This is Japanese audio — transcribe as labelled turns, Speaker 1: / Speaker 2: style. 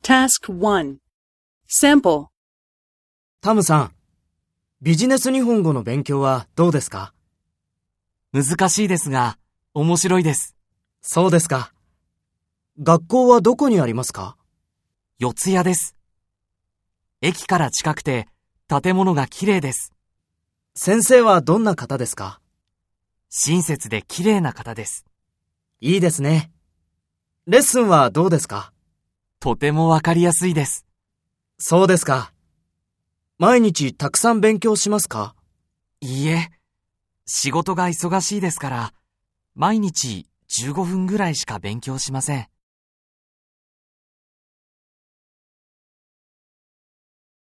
Speaker 1: Task 1 Sample
Speaker 2: タムさん、ビジネス日本語の勉強はどうですか
Speaker 3: 難しいですが、面白いです。
Speaker 2: そうですか。学校はどこにありますか
Speaker 3: 四谷です。駅から近くて、建物が綺麗です。
Speaker 2: 先生はどんな方ですか
Speaker 3: 親切で綺麗な方です。
Speaker 2: いいですね。レッスンはどうですか
Speaker 3: とてもわかりやすいです。
Speaker 2: そうですか。毎日たくさん勉強しますか
Speaker 3: いいえ、仕事が忙しいですから、毎日15分ぐらいしか勉強しません。